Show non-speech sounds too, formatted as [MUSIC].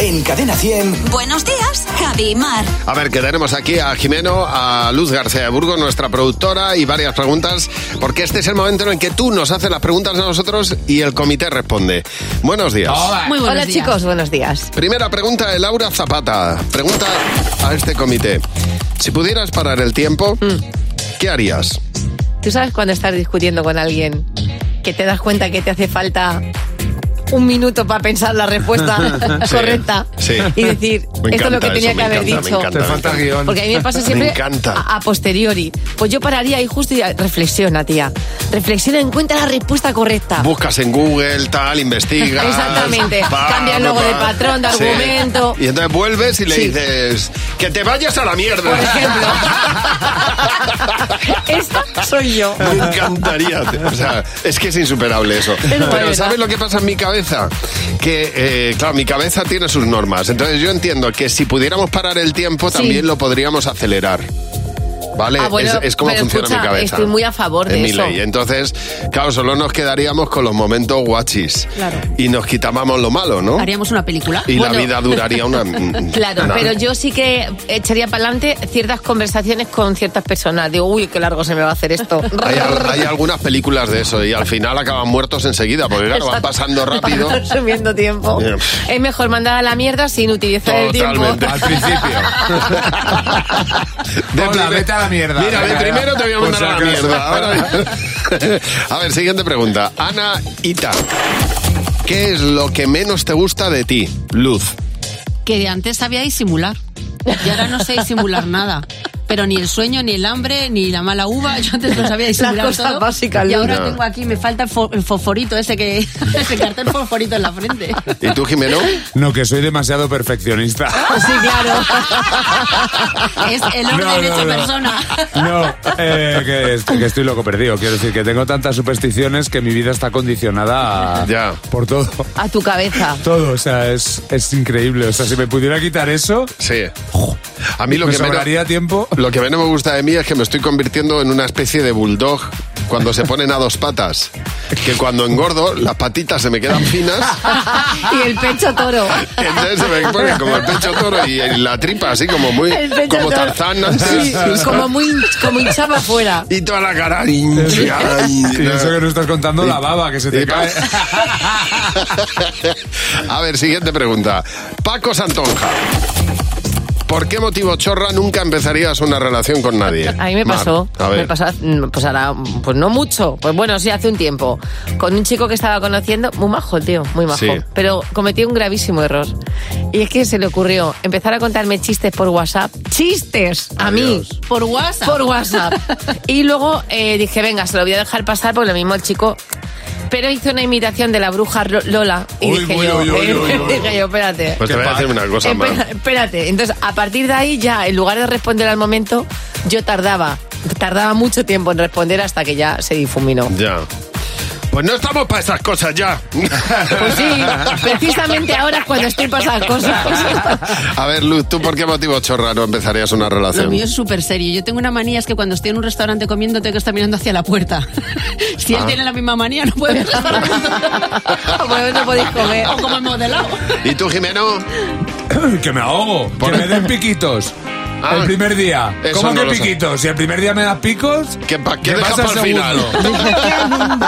En Cadena 100. Buenos días, Javi y Mar. A ver, que tenemos aquí a Jimeno, a Luz García de Burgos, nuestra productora, y varias preguntas, porque este es el momento en el que tú nos haces las preguntas a nosotros y el comité responde. Buenos días. Muy buenos Hola días. chicos, buenos días. Primera pregunta de Laura Zapata. Pregunta a este comité. Si pudieras parar el tiempo, Mm. ¿qué harías? ¿Tú sabes cuando estás discutiendo con alguien que te das cuenta que te hace falta un minuto para pensar la respuesta [LAUGHS] Sí, correcta sí. y decir, [LAUGHS] Me esto es lo encanta que tenía eso, que me haber encanta, dicho? me encanta, Te me falta encanta. guión. Porque a mí me pasa Me siempre encanta. A, a posteriori. Pues yo pararía ahí justo y diría, reflexiona, tía. Reflexiona, encuentra la respuesta correcta. Buscas en Google, tal, investigas. Exactamente. pa, Cambia el logo pa, de pa. patrón, de Sí. argumento. Y entonces vuelves y le Sí. dices, que te vayas a la mierda. [LAUGHS] Por ejemplo. Esta soy yo. Me encantaría. O sea, es que es insuperable eso. Pero, verdad. ¿sabes lo que pasa en mi cabeza? Que, eh, claro, mi cabeza tiene sus normas. Entonces yo entiendo que si pudiéramos parar el tiempo, también lo podríamos acelerar. ¿Vale? Ah, bueno, es, es como pero funciona escucha, mi cabeza. estoy muy a favor de Es mi eso. ley. Entonces, claro, solo nos quedaríamos con los momentos guachis. Claro. Y nos quitábamos lo malo, ¿no? ¿Haríamos una película? Y la Bueno. vida duraría [LAUGHS] una... mm, Claro, nada. pero yo sí que echaría para adelante ciertas conversaciones con ciertas personas. Digo, uy, qué largo se me va a hacer esto. Hay, al- hay algunas películas de eso y al final acaban muertos enseguida, porque claro, van pasando rápido. [LAUGHS] Van consumiendo tiempo. Bien. Es mejor mandar a la mierda sin utilizar el Totalmente. tiempo. Al [LAUGHS] principio. Hola, primer- vete a la mierda. Mira, de Venga, primero te voy a por mandar si a la acaso. mierda. Ahora- [LAUGHS] A ver, siguiente pregunta. Ana Ita. ¿Qué es lo que menos te gusta de ti, Luz? Que de antes sabía disimular. Y ahora no sé [LAUGHS] disimular nada. Pero ni el sueño, ni el hambre, ni la mala uva. Yo antes no [LAUGHS] sabía disimular cosas todo. básicas, Y ahora Luna. tengo aquí, me falta el, fo- el fosforito ese que... [LAUGHS] ese cartel fosforito en la frente. ¿Y tú, Jimeno? No, que soy demasiado perfeccionista. [LAUGHS] Sí, claro. [LAUGHS] Es el orden No, no, hecho no. [LAUGHS] persona. No, eh, que, est- que estoy loco perdido. Quiero decir que tengo tantas supersticiones que mi vida está condicionada a- Ya. por todo. A tu cabeza. Todo, o sea, es, es increíble. O sea, si me pudiera quitar eso, Sí. A mí lo me que, menos, sobraría tiempo. lo que menos me gusta de mí es que me estoy convirtiendo en una especie de bulldog cuando se ponen a dos patas. Que cuando engordo, las patitas se me quedan finas. y el pecho toro. [LAUGHS] Entonces se me pone como el pecho toro y la tripa así como muy... El pecho Como toro. tarzán. Sí, [LAUGHS] como muy hin- como hinchaba afuera. Y toda la cara hincha. y- Y eso que no estás contando la Y- baba que se y te pa- [LAUGHS] cae. A ver, siguiente pregunta. Paco Santonja. ¿Por qué motivo chorra nunca empezarías una relación con nadie? A mí me Mar, pasó, a ver. me pasó, mm, pues ahora, mm, pues no mucho, pues bueno, sí, hace un tiempo, con un chico que estaba conociendo, muy majo, el tío, muy majo, Sí. pero cometió un gravísimo error. Y es que se le ocurrió empezar a contarme chistes por WhatsApp, chistes a mí, Adiós. Por WhatsApp. por [LAUGHS] WhatsApp. y luego eh, dije, venga, se lo voy a dejar pasar, porque lo mismo el chico... Pero hizo una imitación de la bruja Ro- Lola y Uy, dije, uy, yo, [LAUGHS] uy, uy, uy, uy. dije yo, espérate. Pues te Qué voy a pa- decir una cosa, Mar. Espera- espérate, entonces a partir de ahí ya, en lugar de responder al momento, yo tardaba, tardaba mucho tiempo en responder hasta que ya se difuminó. Ya. Pues no estamos para esas cosas ya. Pues sí, [LAUGHS] precisamente ahora es cuando estoy pasando cosas. A ver, Luz, ¿tú por qué motivo chorra no empezarías una Lo relación? mío es súper serio. Yo tengo una manía, es que cuando estoy en un restaurante comiendo tengo que estar mirando hacia la puerta. [LAUGHS] si él Ah. tiene la misma manía, no [LAUGHS] puede estar Bueno, no podéis comer. O como el modelado. ¿Y tú, Jimeno? [COUGHS] Que me ahogo, Por- que me den piquitos. Ah, el primer día. eso ¿Cómo no que lo sé. piquitos? Si el primer día me das picos, ¿Qué pa- qué me dejas [LAUGHS] vas al pa'l final? segundo.